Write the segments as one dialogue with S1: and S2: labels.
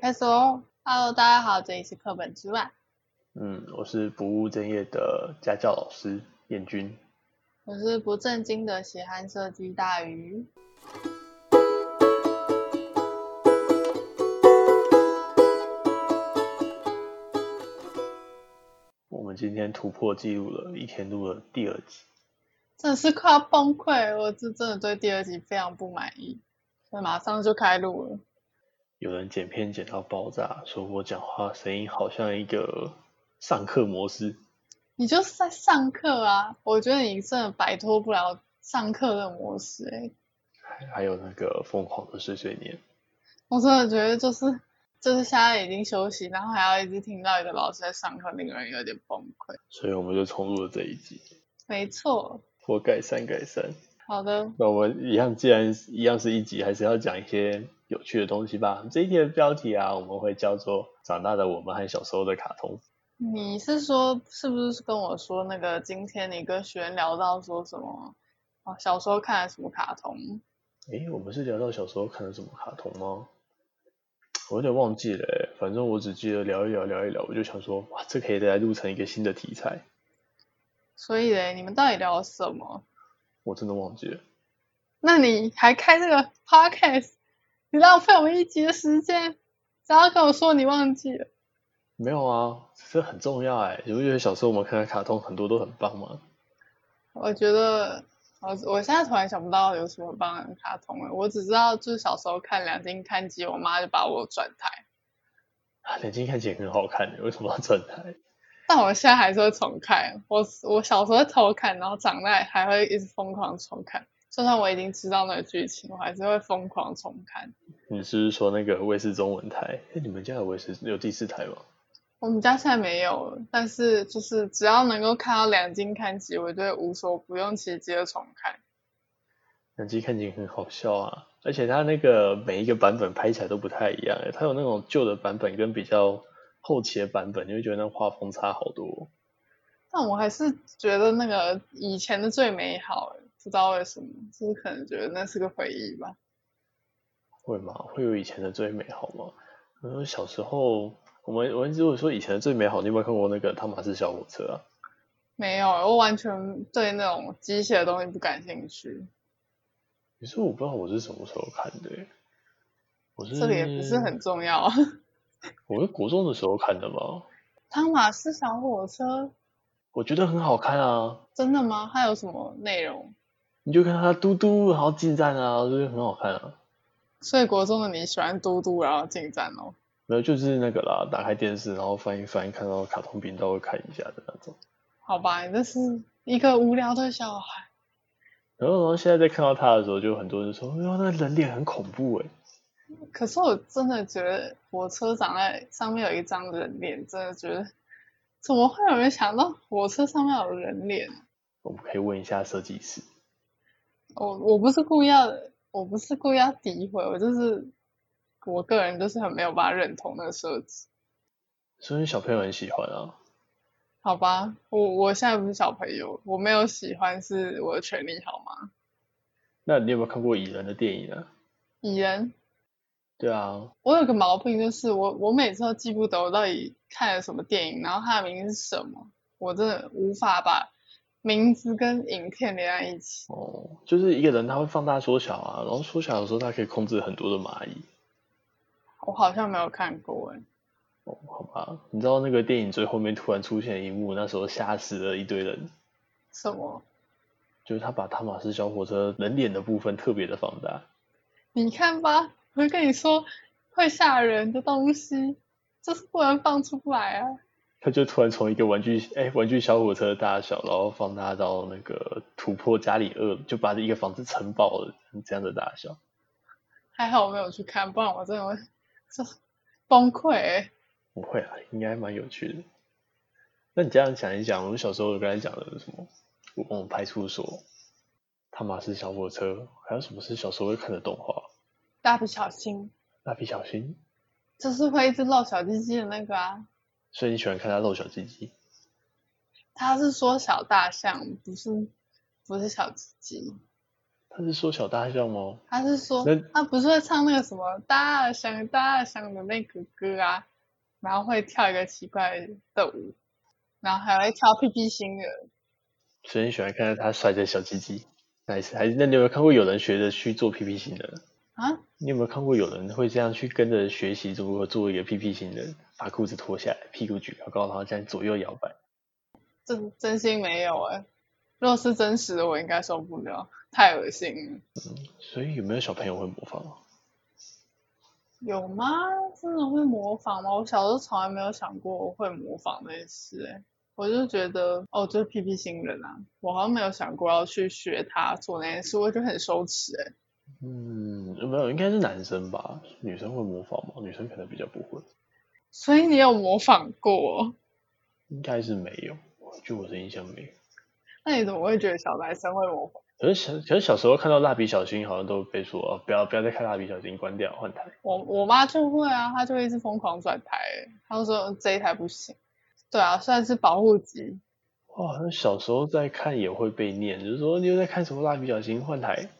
S1: 开始哦，Hello，大家好，这里是课本之外，
S2: 嗯，我是不务正业的家教老师彦君。
S1: 我是不正经的血汗设计大鱼。
S2: 我们今天突破记录了，一天录了第二集。
S1: 真的是快要崩溃，我是真的对第二集非常不满意，所以马上就开录了。
S2: 有人剪片剪到爆炸，说我讲话声音好像一个上课模式。
S1: 你就是在上课啊，我觉得你真的摆脱不了上课的模式、欸。哎，
S2: 还还有那个疯狂的碎碎念，
S1: 我真的觉得就是就是现在已经休息，然后还要一直听到一个老师在上课，令人有点崩溃。
S2: 所以我们就重录了这一集。
S1: 没错，
S2: 我改善改善。
S1: 好的，
S2: 那我们一样，既然一样是一集，还是要讲一些有趣的东西吧。这一集的标题啊，我们会叫做“长大的我们和小时候的卡通
S1: 你是说是不是跟我说那个今天你跟学员聊到说什么？哦，小时候看了什么卡通？”。
S2: 诶，我们是聊到小时候看的什么卡通吗？我有点忘记了、欸，反正我只记得聊一聊，聊一聊，我就想说，哇，这可以来录成一个新的题材，
S1: 所以嘞，你们到底聊了什么？
S2: 我真的忘记了。
S1: 那你还开这个 podcast，你浪费我们一集的时间，然后跟我说你忘记了。
S2: 没有啊，这很重要哎、你不觉得小时候我们看的卡通很多都很棒吗？
S1: 我觉得我我现在突然想不到有什么棒的卡通了，我只知道就是小时候看《两津看姬》，我妈就把我转台，
S2: 啊，眼睛看起来很好看，为什么要转台？
S1: 但我现在还是会重看。我我小时候会偷看，然后长大还会一直疯狂重看，就算我已经知道那个剧情，我还是会疯狂重看。
S2: 你是不是说那个卫视中文台？哎，你们家有卫视有第四台吗？
S1: 我们家现在没有了，但是就是只要能够看到两津看集，我就会无所不用其极的重看。
S2: 两集看起来很好笑啊，而且它那个每一个版本拍起来都不太一样、欸，它有那种旧的版本跟比较后期的版本，你会觉得那画风差好多哦、
S1: 但我还是觉得那个以前的最美好，不知道为什么，就是可能觉得那是个回忆吧。
S2: 会吗？会有以前的最美好吗？我说小时候，我们我们如果说以前的最美好，你有没有看过那个《汤马斯小火车》啊？
S1: 没有，我完全对那种机械的东西不感兴趣，
S2: 你说我不知道我是什么时候看的欸、我是
S1: 这个也不
S2: 嗯
S1: 是很，重要。
S2: 我是国中的时候看的吧？
S1: 汤马斯小火车
S2: 我觉得很好看啊，
S1: 真的吗？它有什么内容？
S2: 你就看它嘟嘟，然后进站啊，我觉得很好看啊。
S1: 所以国中的你喜欢嘟嘟，然后进站哦。
S2: 没有，就是那个啦，打开电视，然后翻一翻，看到卡通频道会看一下的那种。
S1: 好吧，你这是一个无聊的小孩。
S2: 然后，然后现在在看到他的时候，就很多人说，哎呦，那人脸很恐怖欸诶、
S1: 可是我真的觉得火车长在上面有一张人脸，真的觉得怎么会有人想到火车上面有人脸？
S2: 我们可以问一下设计师。
S1: 我我不是故意要，我不是故意要诋毁，我就是我个人就是很没有办法认同那个设计。
S2: 所以小朋友很喜欢啊，
S1: 好吧，我我现在不是小朋友，我没有喜欢是我的权利，好吗？
S2: 那你有没有看过蚁人的电影啊？
S1: 蚁人，
S2: 对啊，
S1: 我有个毛病，就是我我每次都记不得我到底看了什么电影，然后它的名字是什么，我真的无法把名字跟影片连在一起。
S2: 哦，就是一个人他会放大缩小啊，然后缩小的时候他可以控制很多的蚂蚁，
S1: 我好像没有看过哎，
S2: 哦，好吧？你知道那个电影最后面突然出现一幕，那时候吓死了一堆人，
S1: 什么？
S2: 就是他把汤马斯小火车人脸的部分特别的放大，
S1: 你看吧，我就跟你说会吓人的东西，就是不能放出来啊。
S2: 他就突然从一个玩具哎、玩具小火车的大小，然后放大到那个突破家里二，就把一个房子撑爆了这样的大小。
S1: 还好我没有去看，不然我真的会就崩溃欸。
S2: 不会啊，应该蛮有趣的。那你这样想一想，我们小时候有刚才讲的什么？我我派出所、汤马斯小火车，还有什么是小时候会看的动画？
S1: 蜡笔小新
S2: 蜡笔小新，
S1: 就是会一直露小鸡鸡的那个啊，
S2: 所以你喜欢看他露小鸡鸡？
S1: 他是说小大象，不是不是小鸡鸡。
S2: 他是说小大象吗？
S1: 他是说
S2: 那
S1: 他不是会唱那个什么大象大象的那个歌啊，然后会跳一个奇怪的舞，然后还会跳屁屁星人。
S2: 所以你喜欢看到他甩着小鸡鸡，nice。还是那你有没有看过有人学着去做 PP 型人？
S1: 啊？
S2: 你有没有看过有人会这样去跟着学习如何做一个 PP 型人？把裤子脱下来，屁股举高高，然后这样左右摇摆。
S1: 真真心没有哎、如果是真实的，我应该受不了，太恶心了。
S2: 所以有没有小朋友会模仿啊？
S1: 有吗？真的会模仿吗？我小时候从来没有想过我会模仿那件事、欸，我就觉得哦，就是屁屁星人啊，我好像没有想过要去学他做那件事，我觉得很羞耻哎、
S2: 嗯，没有，应该是男生吧？女生会模仿吗？女生可能比较不会，
S1: 所以你有模仿过哦？
S2: 应该是没有。据我的印象没有。
S1: 那你怎么会觉得小男生会模仿？
S2: 可是小，可是小时候看到蜡笔小新，好像都被说哦，不要不要再看蜡笔小新，关掉换台。
S1: 我我妈就会啊，她就会一直疯狂转台、欸，她就说这一台不行。对啊，算是保护级，
S2: 哇，好像小时候在看也会被念，就是说你又在看什么蜡笔小新换台？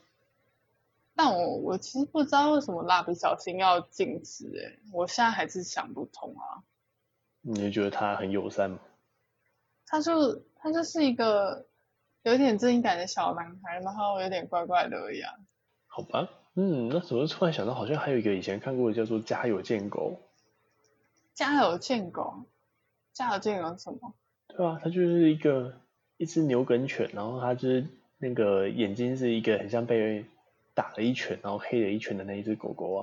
S1: 但我我其实不知道为什么蜡笔小新要禁止、欸，我现在还是想不通啊。
S2: 你就觉得他很友善吗？
S1: 他就他就是一个有点正义感的小男孩，然后有点怪怪的而已啊。
S2: 好吧，嗯，那怎么突然想到，好像还有一个以前看过的叫做《家有贱狗
S1: 家有贱狗，家有贱狗是什么？》，
S2: 对啊，它就是一个一只牛梗犬，然后它就是那个眼睛是一个很像被打了一拳，然后黑了一拳的那一只狗狗啊。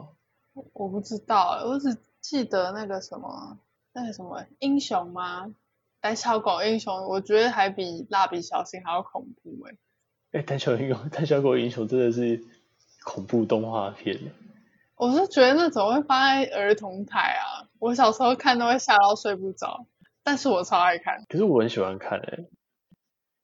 S1: 我我不知道、欸，我只记得那个什么那个什么英雄吗？胆小狗英雄，我觉得还比蜡笔小新还要恐怖哎、
S2: 哎，胆小英雄，胆小狗英雄真的是恐怖动画片，
S1: 我是觉得那种会放在儿童台啊，我小时候看都会吓到睡不着，但是我超爱看。
S2: 可是我很喜欢看哎、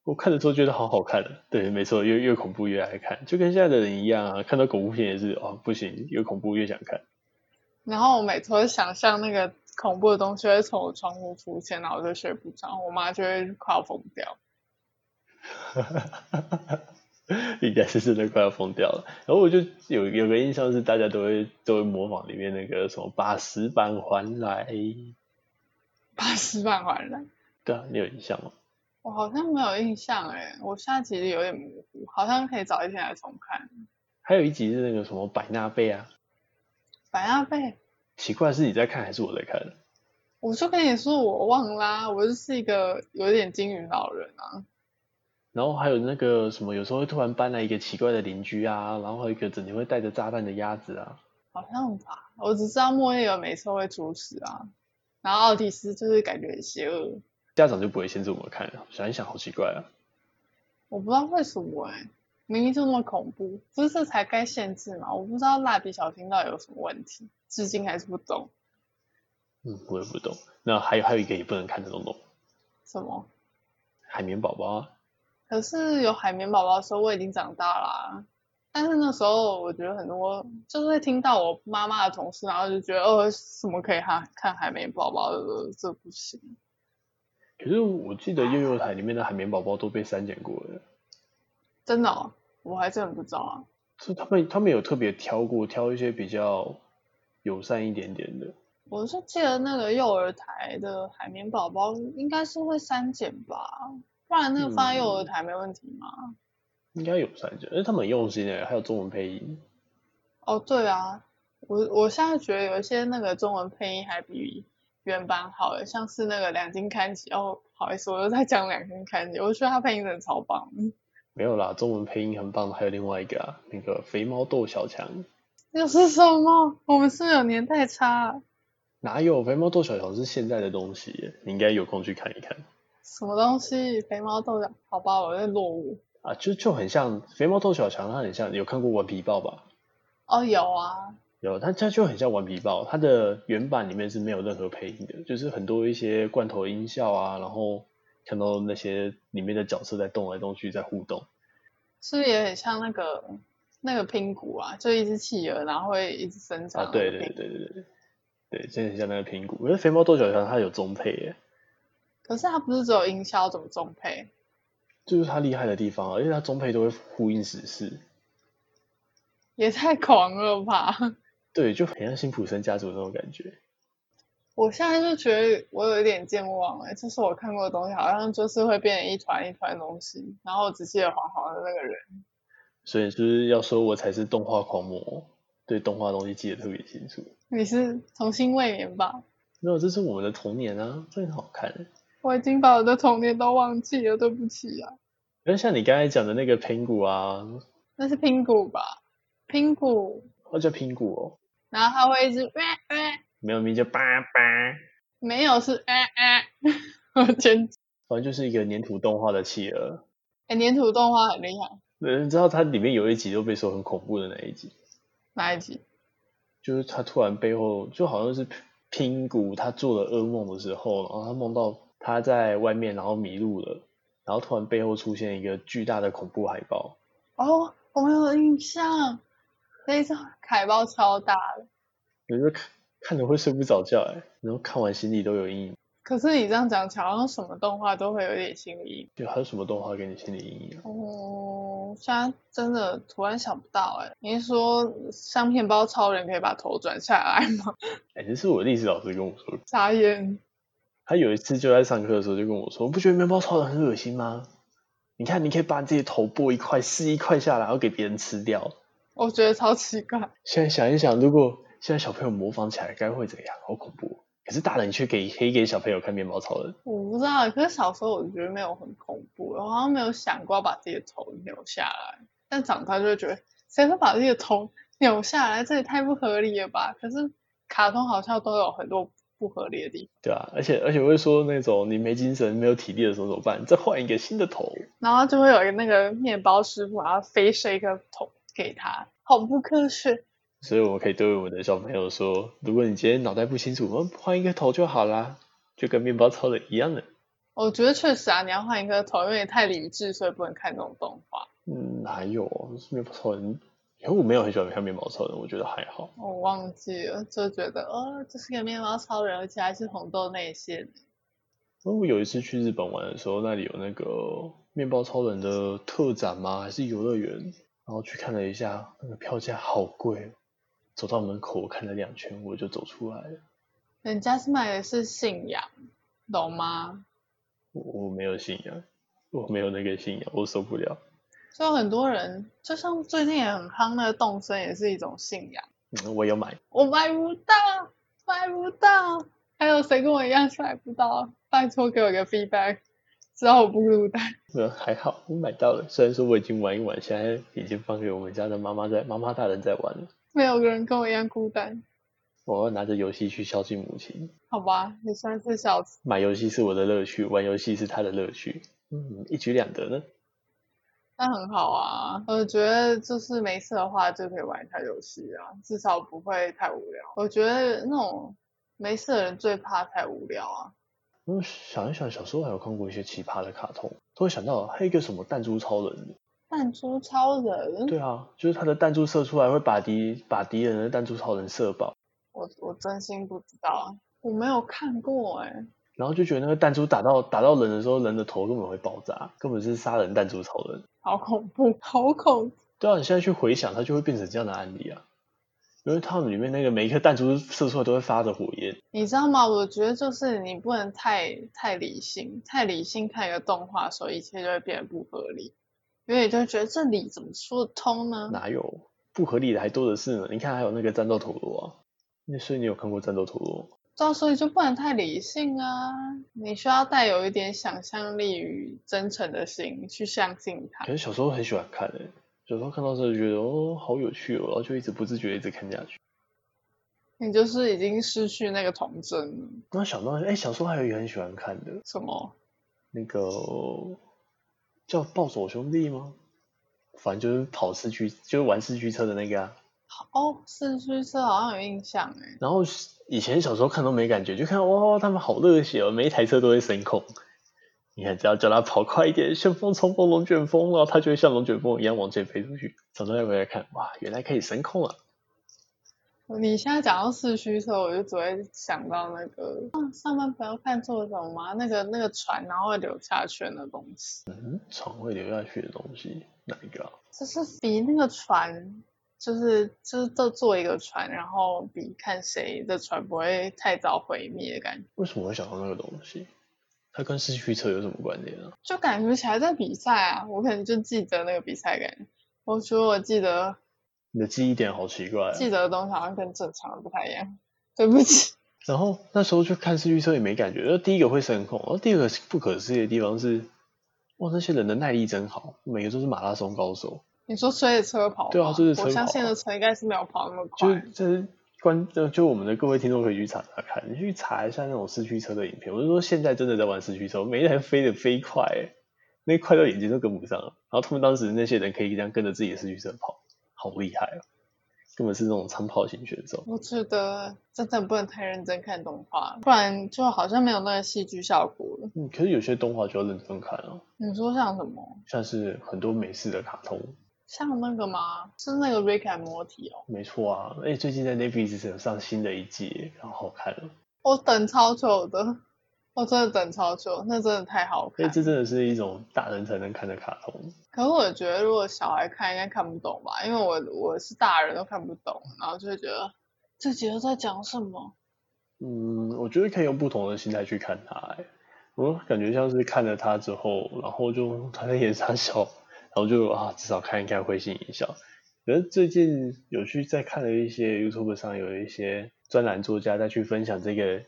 S2: 我看的时候觉得好好看的，对，没错，越越恐怖越爱看，就跟现在的人一样啊，看到恐怖片也是哦，不行，越恐怖越想看。
S1: 然后我每次会想象那个恐怖的东西会从我窗户浮现，然后我就睡不着，我妈就会快要疯掉。
S2: 应该是真的快要疯掉了。然后我就有有个印象是，大家都会都会模仿里面那个什么把石板还来，
S1: 把石板还来，
S2: 对啊，你有印象吗？
S1: 我好像没有印象哎、我现在其实有点模糊，好像可以找一天来重看。
S2: 还有一集是那个什么百纳贝啊，
S1: 白亚贝，
S2: 奇怪是你在看还是我在看？
S1: 我就跟你说我忘啦，我就是一个有点金鱼脑人啊。
S2: 然后还有那个什么，有时候会突然搬来一个奇怪的邻居啊，然后还有一个整天会带着炸弹的鸭子啊，
S1: 好像吧，我只知道莫叶尔每次会出事啊，然后奥蒂斯就是感觉很邪恶，
S2: 家长就不会限制我们看了。想一想，好奇怪啊。
S1: 我不知道为什么哎、明明就那么恐怖，不是这才该限制嘛？我不知道蜡笔小新到底有什么问题，至今还是不懂
S2: 嗯，我也不懂。那还有还有一个也不能看的东东，
S1: 什么。
S2: 海绵宝宝啊，
S1: 可是有海绵宝宝的时候，我已经长大啦、但是那时候我觉得很多就是会听到我妈妈的同事，然后就觉得哦，什么可以看看海绵宝宝的，这不行。
S2: 可是我记得幼幼台里面的海绵宝宝都被删减过了，
S1: 真的、哦，我还真的不知道啊。
S2: 所以他们他们有特别挑过，挑一些比较友善一点点的。
S1: 我是记得那个幼儿台的海绵宝宝应该是会删减吧，不然那个放在幼儿
S2: 嗯
S1: 台没问题吗？
S2: 应该有删减，而且他们很用心诶，欸还有中文配音。
S1: 哦，对啊，我我现在觉得有一些那个中文配音还比原版好诶，像是那个两金刊集哦，不好意思，我又在讲两金刊集，我觉得他配音真的超棒， 嗯
S2: 没有啦，中文配音很棒的还有另外一个啊，那个肥猫豆小强，
S1: 又是什么？我们是不是有年代差啊，
S2: 哪有肥猫豆小强是现在的东西耶？你应该有空去看一看
S1: 什么东西？肥猫豆角？好吧，我在落伍。
S2: 啊，就就很像肥猫豆小强，它很像有看过《顽皮豹》吧？
S1: 哦，有啊，
S2: 有，它它就很像《顽皮豹》，它的原版里面是没有任何配音的，就是很多一些罐头音效啊，然后看到那些里面的角色在动来动去，在互动。
S1: 是不是也很像那个那个拼骨啊？就一只企鹅，然后会一直生长
S2: 啊，
S1: 的
S2: 对
S1: 拼
S2: 对对对对对，对，真的很像那个苹果。可是肥猫豆角强它有中配耶，
S1: 可是它不是只有营销怎么中配？
S2: 就是它厉害的地方啊，因为它中配都会呼应时事。
S1: 也太狂了吧！
S2: 对，就很像辛普森家族那种感觉。
S1: 我现在就觉得我有一点健忘了，就是我看过的东西好像就是会变成一团一团的东西，然后我只记得黄黄的那个人。
S2: 所以就是要说我才是动画狂魔，对动画东西记得特别清楚。
S1: 你是童心未泯吧？
S2: 没有，这是我们的童年啊，这很好看。
S1: 我已经把我的童年都忘记了，对不起啊。
S2: 那像你刚才讲的那个苹果啊，
S1: 那是拼骨吧？拼骨，
S2: 哦叫苹果哦，
S1: 然后它会一直呃呃，
S2: 没有名叫叭叭，
S1: 没有是呃 呃，我真
S2: 反正就是一个粘土动画的企鹅。
S1: 哎，粘土动画很厉害，
S2: 呃你知道它里面有一集就被说很恐怖的那一集，
S1: 哪一集？
S2: 就是他突然背后就好像是拼骨，他做了噩梦的时候，然后他梦到他在外面，然后迷路了，然后突然背后出现一个巨大的恐怖海报，
S1: 哦，我没有印象，那一张海报超大的，
S2: 有时候看看着会睡不着觉哎、然后看完心里都有阴影。
S1: 可是你这样讲起来，好像什么动画都会有点心理阴影。
S2: 就还有什么动画给你心理阴影啊？
S1: 哦，现在真的突然想不到哎、你是说相片包超人可以把头转下来吗？
S2: 哎、这是我历史老师跟我说的，
S1: 傻眼，
S2: 他有一次就在上课的时候就跟我说，不觉得面包超人很恶心吗？你看，你可以把自己头剥一块，撕一块下来，然后给别人吃掉。
S1: 我觉得超奇怪。
S2: 现在想一想，如果现在小朋友模仿起来，该会怎样？好恐怖哦！可是大人却给可以给小朋友看面包超人，
S1: 我不知道，可是小时候我觉得没有很恐怖，我好像没有想过要把自己的头扭下来，但长大就会觉得谁会把自己的头 扭下来？这也太不合理了吧！可是卡通好像都有很多不合理的地
S2: 对吧、而且而且会说那种你没精神、没有体力的时候怎么办？再换一个新的头，
S1: 方，然后就会有一个那个面包师傅，然后飞射一个头给他，好不科学。
S2: 所以我们可以对我们的小朋友说：如果你今天脑袋不清楚，我们换一个头就好啦，就跟面包超人一样的。
S1: 我觉得确实啊，你要换一个头，因为你太理智，所以不能看这种动画。
S2: 嗯，还有哦面包超人，因为我没有很喜欢看面包超人，我觉得还好。
S1: 我忘记了，就觉得哦，这是个面包超人，而且还是红豆内馅。
S2: 因为我有一次去日本玩的时候，那里有那个面包超人的特展吗？还是游乐园？然后去看了一下，那个票价好贵哦。走到门口，我看了两圈，我就走出来了。
S1: 人家是买的是信仰，懂吗？
S2: 我我没有信仰，我没有那个信仰，我受不了。
S1: 所以很多人，就像最近也很夯那个动森，也是一种信仰。
S2: 嗯，我有买，
S1: 我买不到，买不到，还有谁跟我一样是买不到？拜托给我一个 feedback，知道我不孤单。
S2: 呃，还好我买到了。虽然说我已经玩一玩，现在已经放给我们家的妈妈在妈妈大人在玩了。
S1: 没有个人跟我一样孤单，
S2: 我要拿着游戏去孝敬母亲。
S1: 好吧，也算是小资。
S2: 买游戏是我的乐趣，玩游戏是她的乐趣。嗯，一举两得呢。
S1: 那很好啊，我觉得就是没事的话就可以玩一下游戏啊，至少不会太无聊。我觉得那种没事的人最怕太无聊啊。
S2: 我想一想，小时候还有看过一些奇葩的卡通，突然想到还有一个什么弹珠超人，
S1: 弹珠超人，
S2: 对啊，就是他的弹珠射出来会把敌把敌人的弹珠超人射爆，
S1: 我我真心不知道，我没有看过哎、
S2: 然后就觉得那个弹珠打到打到人的时候，人的头根本会爆炸，根本是杀人弹珠超人。
S1: 好恐怖，好恐怖！
S2: 对啊，你现在去回想，它就会变成这样的案例啊，因为他们里面那个每一颗弹珠射出来都会发着火焰，
S1: 你知道吗？我觉得就是你不能太太理性，太理性看一个动画的时候，一切就会变得不合理，因为你就会觉得这理怎么说得通呢？
S2: 哪有不合理的还多的是呢？你看还有那个战斗陀螺啊，那所以你有看过战斗陀螺吗？
S1: 到时候啊就不能太理性啊，你需要带有一点想象力与真诚的心去相信它
S2: 可。是小时候很喜欢看诶、小时候看到的时候就觉得哦好有趣哦，然后就一直不自觉地一直看下去。
S1: 你就是已经失去那个童真了。
S2: 然后想到哎、小时候还有一个很喜欢看的
S1: 什么？
S2: 那个叫《暴走兄弟》吗？反正就是跑四驱，就是玩四驱车的那个啊。
S1: 哦，四驱车好像有印象哎。
S2: 然后以前小时候看都没感觉，就看哇、他们好热血哦，每一台车都会升空。你看，只要叫他跑快一点，旋风冲锋龙卷风，然后他就会像龙卷风一样往前飞出去。长大再回来看，哇，原来可以升空啊！
S1: 你现在讲到四驱车，我就只会想到那个，啊、上班不要看错了什么吗？那个那个船，然后会流下圈的东西，
S2: 嗯，床会流下去的东西，哪一个啊？
S1: 就是比那个船就是就是这做一个船，然后比看谁的船不会太早毁灭的感觉，
S2: 为什么会想到那个东西？它跟四驱车有什么关联啊？
S1: 就感觉起来在比赛啊，我可能就记得那个比赛感觉，我觉得我记得
S2: 你的记忆点好奇怪、啊。
S1: 记得的东西好像跟正常的不太一样，对不起。
S2: 然后那时候去看四驱车也没感觉，那第一个会声控，然后第二个不可思议的地方是，哇，那些人的耐力真好，每个都是马拉松高手，
S1: 你说追着车跑吗？
S2: 对啊追着车
S1: 我相
S2: 跑
S1: 信
S2: 啊
S1: 的车应该是没有跑那么快
S2: 就。就是关呃就我们的各位听众可以去查查看，你去查一下那种四驱车的影片。我是说现在真的在玩四驱车，每一台飞得飞快、欸，那快到眼睛都跟不上了。然后他们当时那些人可以这样跟着自己的四驱车跑，好厉害哦、根本是那种长跑型选手。
S1: 我觉得真的不能太认真看动画，不然就好像没有那个戏剧效果了。
S2: 嗯，可是有些动画就要认真看啊，
S1: 你说像什么？
S2: 像是很多美式的卡通，
S1: 像那个吗？是那个《Rick and Morty》哦，
S2: 没错啊。哎、最近在 Netflix 有上新的一季耶，然后好看哦了。
S1: 我等超久的，我真的等超久，那真的太好
S2: 所以
S1: 看。
S2: 哎这真的是一种大人才能看的卡通。
S1: 可是我觉得如果小孩看应该看不懂吧，因为我我是大人都看不懂，然后就会觉得这集都在讲什么。
S2: 嗯，我觉得可以用不同的心态去看它、欸。我感觉像是看了它之后，然后就他在演傻笑，然后就啊，至少看一看会心一笑。可是最近有去在看了一些 YouTube 上有一些专栏作家再去分享这个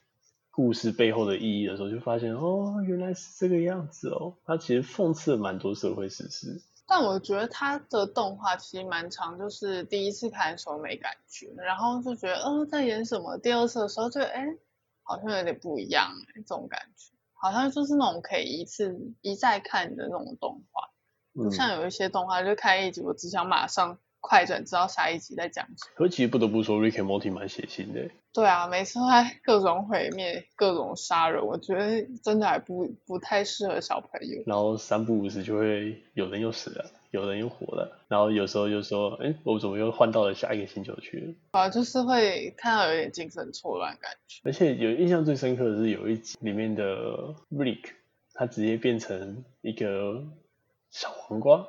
S2: 故事背后的意义的时候，就发现哦，原来是这个样子哦。它其实讽刺了蛮多社会时事。
S1: 但我觉得他的动画其实蛮长，就是第一次看的时候没感觉，然后就觉得嗯、呃在演什么，第二次的时候就哎好像有点不一样、哎，这种感觉，好像就是那种可以一次一再看的那种动画，不
S2: 嗯，
S1: 像有一些动画就看一集我只想马上快转知道下一集在讲什么。
S2: 可是其实不得不说，Rick and Morty 蛮血腥的欸、
S1: 对啊，每次都在 各种毁灭、各种杀人，我觉得真的还不不太适合小朋友。
S2: 然后三不五时就会有人又死了，有人又活了，然后有时候就说，哎，我怎么又换到了下一个星球去了？
S1: 啊，就是会看到有点精神错乱感觉。
S2: 而且有印象最深刻的是有一集里面的 Rick，他直接变成一个小黄瓜，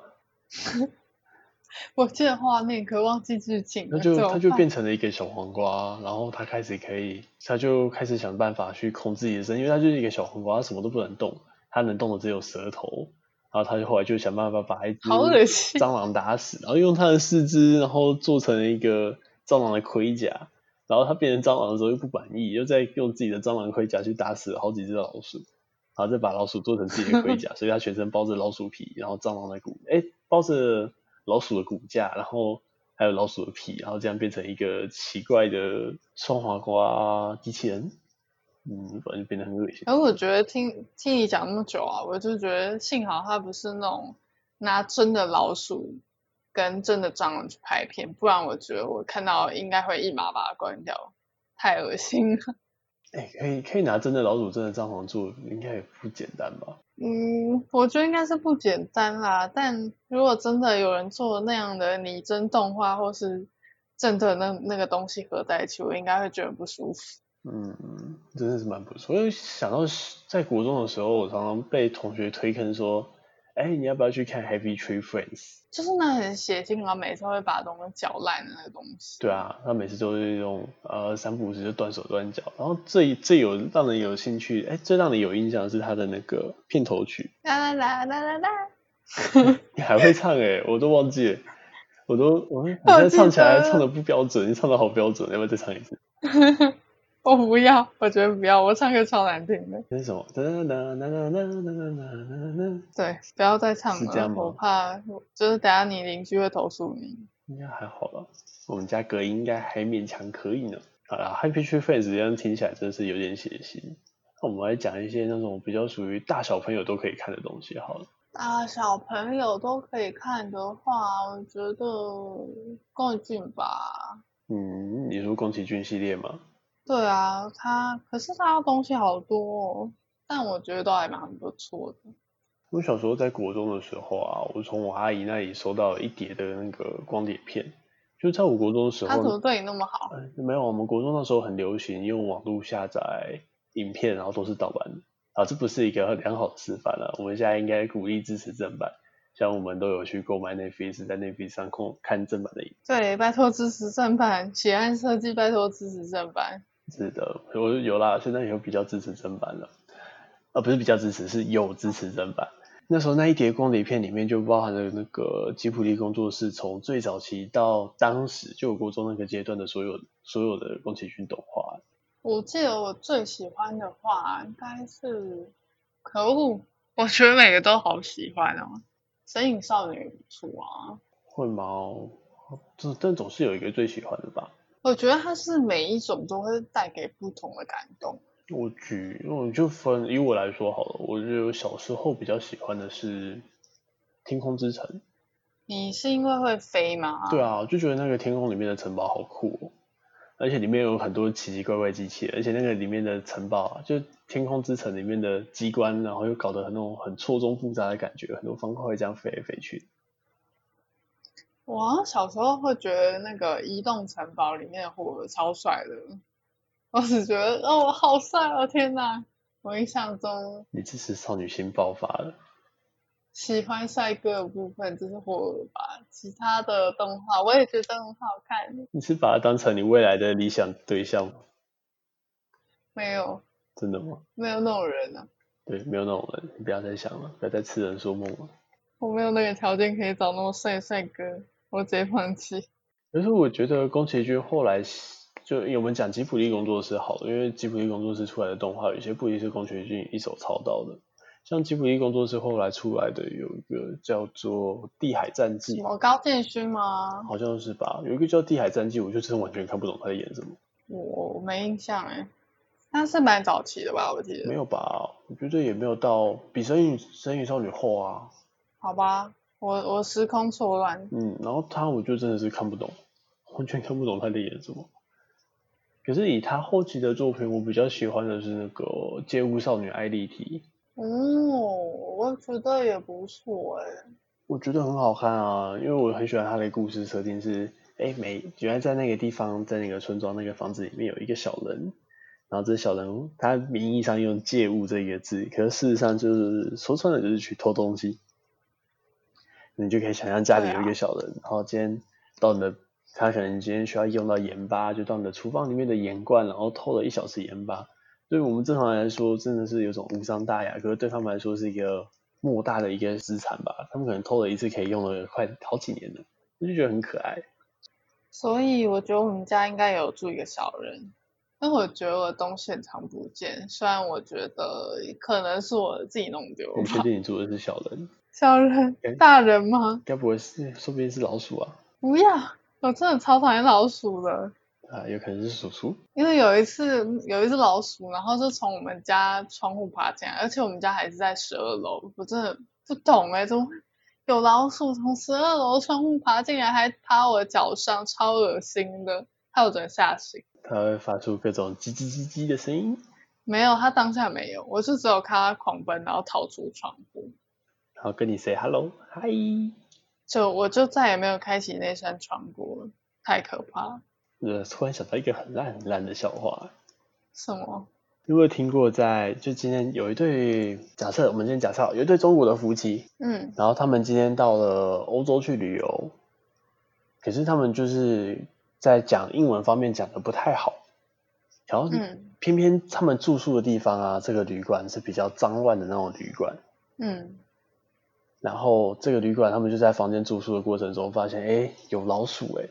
S1: 我记得画面，可忘记剧情了，
S2: 他就
S1: 怎么
S2: 他就
S1: 办
S2: 变成了一个小黄瓜，然后他开始可以，他就开始想办法去控制自己的身体，因为他就是一个小黄瓜，他什么都不能动，他能动的只有舌头。然后他就后来就想办法把一只
S1: 好恶心。
S2: 蟑螂打死，然后用它的四肢，然后做成一个蟑螂的盔甲，然后它变成蟑螂的时候又不满意，又再用自己的蟑螂盔甲去打死了好几只老鼠，然后再把老鼠做成自己的盔甲，所以它全身包着老鼠皮，然后蟑螂的骨，哎，包着老鼠的骨架，然后还有老鼠的皮，然后这样变成一个奇怪的双黄瓜机器人，嗯，反正就变得很恶心。
S1: 可是我觉得听听你讲那么久啊，我就觉得幸好他不是那种拿真的老鼠跟真的蟑螂去拍片，不然我觉得我看到应该会一马把它关掉，太恶心了。
S2: 哎，可以可以拿真的老鼠、真的蟑螂做，应该也不简单吧？
S1: 嗯，我觉得应该是不简单啦。但如果真的有人做那样的拟真动画，或是真的那那个东西合在一起，我应该会觉得不舒服。
S2: 嗯，真的是蛮不错。因为想到是在国中的时候，我常常被同学推坑说：“哎、你要不要去看《Happy Tree Friends》
S1: 就是那很血腥，然后每次会把东西搅烂的那个东？”西。
S2: 对啊，他每次都是用呃三不五时就断手断脚。然后最最有让人有兴趣，哎、最让人有印象的是他的那个片头曲，
S1: 啦啦啦啦啦啦！
S2: 你还会唱哎、我都忘记了，我都我你现在
S1: 记
S2: 唱起来
S1: 得
S2: 唱的不标准，你唱的好标准，要不要再唱一次？
S1: 我不要，我觉得不要，我唱歌超难听的。
S2: 那是什么？哒哒哒哒哒哒哒哒哒。
S1: 对，不要再唱
S2: 是这
S1: 了，
S2: 样吗
S1: 我怕就是等下你邻居会投诉你。
S2: 应该还好吧，我们家隔音应该还勉强可以呢。好啦 h a p p y Tree Friends 这样听起来真的是有点血腥。那我们来讲一些那种比较属于大小朋友都可以看的东西好了。
S1: 啊，小朋友都可以看的话，我觉得宫崎骏吧。
S2: 嗯，你说宫崎骏系列吗？
S1: 对啊，他可是他的东西好多哦，但我觉得都还蛮不错的。
S2: 我小时候在国中的时候啊，我从我阿姨那里收到一叠的那个光碟片，就在我国中的时
S1: 他怎么
S2: 候，
S1: 对你那么好？
S2: 呃没有，我们国中那时候很流行用网络下载影片，然后都是盗版的。啊，这不是一个良好的示范啊！我们现在应该鼓励支持正版。像我们都有去购买 Netflix，在 Netflix 上看看正版的影
S1: 对，拜托支持正版，喜爱设计，拜托支持正版。
S2: 是的，我有啦，现在有比较支持正版了，呃，不是比较支持，是有支持正版。那时候那一叠光碟片里面就包含了那个吉普力工作室从最早期到当时就有国中那个阶段的所有所有的宫崎骏动画。
S1: 我记得我最喜欢的话应该是，可恶，我觉得每个都好喜欢哦，《神隐少女》也不错啊。
S2: 会吗哦？这但总是有一个最喜欢的吧？
S1: 我觉得它是每一种都会带给不同的感动。
S2: 我举，我就分以我来说好了，我就小时候比较喜欢的是《天空之城》。
S1: 你是因为会飞吗？
S2: 对啊，我就觉得那个天空里面的城堡好酷哦，而且里面有很多奇奇怪怪机器人，而且那个里面的城堡啊，就《天空之城》里面的机关，然后又搞得很那种很错综复杂的感觉，很多方块会这样飞来飞去。
S1: 我好像小时候会觉得那个移动城堡里面的火鹅超帅的，我只觉得哦好帅哦，天哪！我印象中
S2: 你支持少女心爆发了，
S1: 喜欢帅哥的部分就是火鹅吧，其他的动画我也觉得很好看。
S2: 你是把它当成你未来的理想对象吗？
S1: 没有
S2: 真的吗？
S1: 没有那种人啊，
S2: 对，没有那种人，你不要再想了，不要再痴人说梦了。
S1: 我没有那个条件可以找那么帅的帅哥，我直接放弃。
S2: 可是我觉得宫崎骏后来是就我们讲吉卜力工作室好了，因为吉卜力工作室出来的动画有些不一定是宫崎骏一手操刀的，像吉卜力工作室后来出来的有一个叫做《地海战记
S1: 什》，么高建勋吗？
S2: 好像是吧，有一个叫《地海战记》，我就真的完全看不懂他在演什么。
S1: 我没印象哎、他是蛮早期的吧？我记
S2: 没
S1: 得。
S2: 有吧？我觉得也没有到比《神隐神隐少女》后啊，
S1: 好吧，我我时空错乱。
S2: 嗯，然后他我就真的是看不懂，完全看不懂他在演什么。可是以他后期的作品，我比较喜欢的是那个《街舞少女艾丽缇》，
S1: 哦，我觉得也不错哎、
S2: 我觉得很好看啊，因为我很喜欢他的故事设定是，哎，每原来在那个地方，在那个村庄那个房子里面有一个小人，然后这小人他名义上用借物这一个字，可是事实上就是说穿了就是去偷东西。你就可以想象家里有一
S1: 对
S2: 个小人，然后今天到你的他可能今天需要用到盐巴，就到你的厨房里面的盐罐，然后偷了一小匙盐巴。对我们正常人来说，真的是有种无伤大雅，可是对他们来说是一个莫大的一个资产吧。他们可能偷了一次，可以用了快好几年了，我就觉得很可爱。
S1: 所以我觉得我们家应该有住一个小人。但我觉得我的东西很常不见，虽然我觉得可能是我自己弄丢
S2: 你确
S1: 吧。
S2: 定你住的是小人？
S1: 小人
S2: 哎，
S1: 大人吗？
S2: 该不会是，说不定是老鼠啊？
S1: 不要，我真的超讨厌老鼠的。
S2: 啊，有可能是鼠鼠。
S1: 因为有一次有一只老鼠，然后就从我们家窗户爬进来，而且我们家还是在十二楼，我真的不懂哎、怎么会有老鼠从十二楼窗户爬进来，还趴我脚上，超恶心的，害我整个吓醒。
S2: 它会发出各种叽叽叽叽的声音，
S1: 没有，它当下没有，我就只有看它狂奔，然后逃出窗户，
S2: 然后跟你 say hello，嗨。
S1: 就我就再也没有开启那扇窗过了，太可怕了。
S2: 呃，突然想到一个很烂很烂的笑话，
S1: 什么？
S2: 有没有听过在？就今天有一对，假设我们今天假设好有一对中国的夫妻，
S1: 嗯，
S2: 然后他们今天到了欧洲去旅游，可是他们就是在讲英文方面讲的不太好，然后
S1: 嗯
S2: 偏偏他们住宿的地方啊，这个旅馆是比较脏乱的那种旅馆，
S1: 嗯，
S2: 然后这个旅馆他们就在房间住宿的过程中发现，哎，有老鼠哎、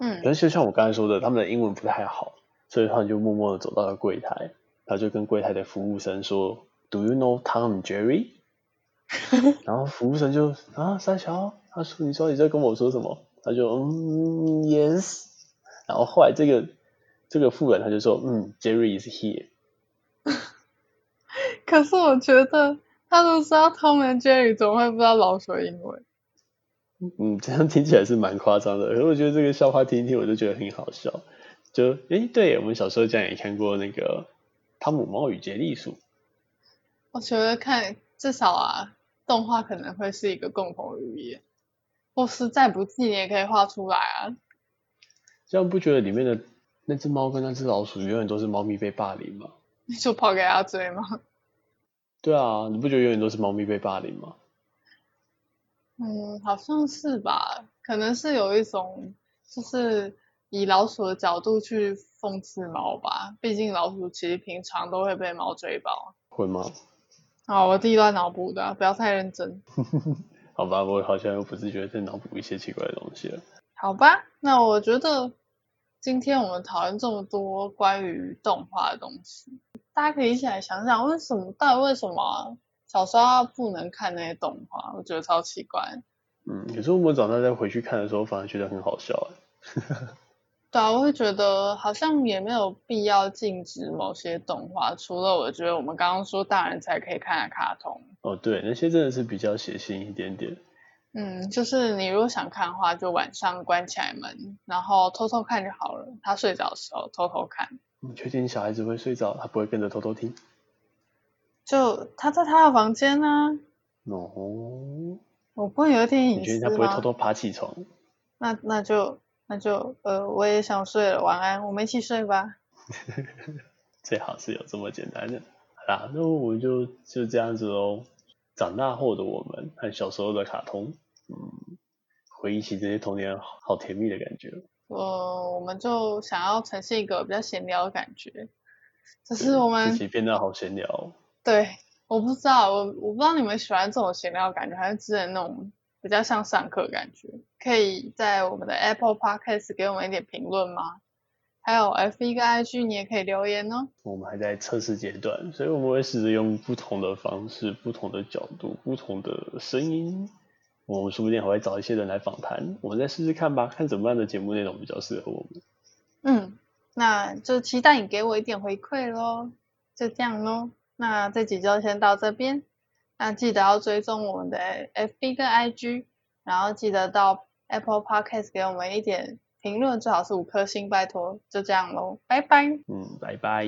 S2: 可
S1: 嗯，
S2: 是就像我刚才说的，他们的英文不太好，所以他们就默默的走到了柜台，然后就跟柜台的服务生说：“Do you know Tom and Jerry？” 然后服务生就啊，三小，他说：“你说你在跟我说什么？”他就嗯，yes。然后后来这个这个富人他就说：“嗯，Jerry is here。
S1: 可是我觉得他都知道 Tom and Jerry，怎么会不知道老鼠的英文？”
S2: 嗯， 这样听起来是蛮夸张的，可是我觉得这个笑话听一听我就觉得很好笑。就诶，对我们小时候这样也看过那个《汤姆猫与杰利鼠》。
S1: 我觉得看至少啊，动画可能会是一个共同语言，或是再不济你也可以画出来啊。
S2: 这样不觉得里面的那只猫跟那只老鼠永远都是猫咪被霸凌吗？
S1: 你就跑给他追吗？
S2: 对啊，你不觉得永远都是猫咪被霸凌吗？
S1: 嗯，好像是吧，可能是有一种就是以老鼠的角度去讽刺猫吧，毕竟老鼠其实平常都会被猫追饱。
S2: 会吗？
S1: 啊，我自己乱脑补的啊，不要太认真。
S2: 好吧，我好像又不自觉地在脑补一些奇怪的东西了。
S1: 好吧，那我觉得今天我们讨论这么多关于动画的东西，大家可以一起来想想，为什么到底为什么啊小时候要不能看那些动画？我觉得超奇怪。
S2: 嗯，有时候我长大再回去看的时候，反而觉得很好笑、欸。
S1: 对啊，我会觉得好像也没有必要禁止某些动画，除了我觉得我们刚刚说大人才可以看的卡通，
S2: 哦，对，那些真的是比较血腥一点点。
S1: 嗯，就是你如果想看的话，就晚上关起来门，然后偷偷看就好了。他睡着的时候偷偷看。
S2: 你确定小孩子会睡着，他不会跟着偷偷听？
S1: 就他在他的房间呢、
S2: 哦，
S1: 我不会有一点
S2: 你
S1: 隐
S2: 确
S1: 私
S2: 定
S1: 吗？
S2: 他不会偷偷爬起床？
S1: 那那就那就呃，我也想睡了，晚安，我们一起睡吧。
S2: 最好是有这么简单的。好啦，那我们就就这样子喽。长大后的我们和小时候的卡通，嗯，回忆起这些童年，好甜蜜的感觉。
S1: 呃，我们就想要呈现一个比较闲聊的感觉，就是我
S2: 自
S1: 们
S2: 己变得好闲聊哦。
S1: 对，我不知道，我我不知道你们喜欢这种闲聊的感觉，还是之前那种比较像上课的感觉。可以在我们的 Apple Podcast 给我们一点评论吗？还有 F 一跟 IG 你也可以留言哦。
S2: 我们还在测试阶段，所以我们会试着用不同的方式、不同的角度、不同的声音，我们说不定还会找一些人来访谈，我们再试试看吧，看怎么样的节目内容比较适合我们。
S1: 嗯，那就期待你给我一点回馈喽。就这样喽，那这集就先到这边。那记得要追踪我们的 FB 跟 IG，然后记得到 Apple Podcast 给我们一点评论，最好是五颗星，拜托。就这样喽，拜拜。
S2: 嗯，拜拜。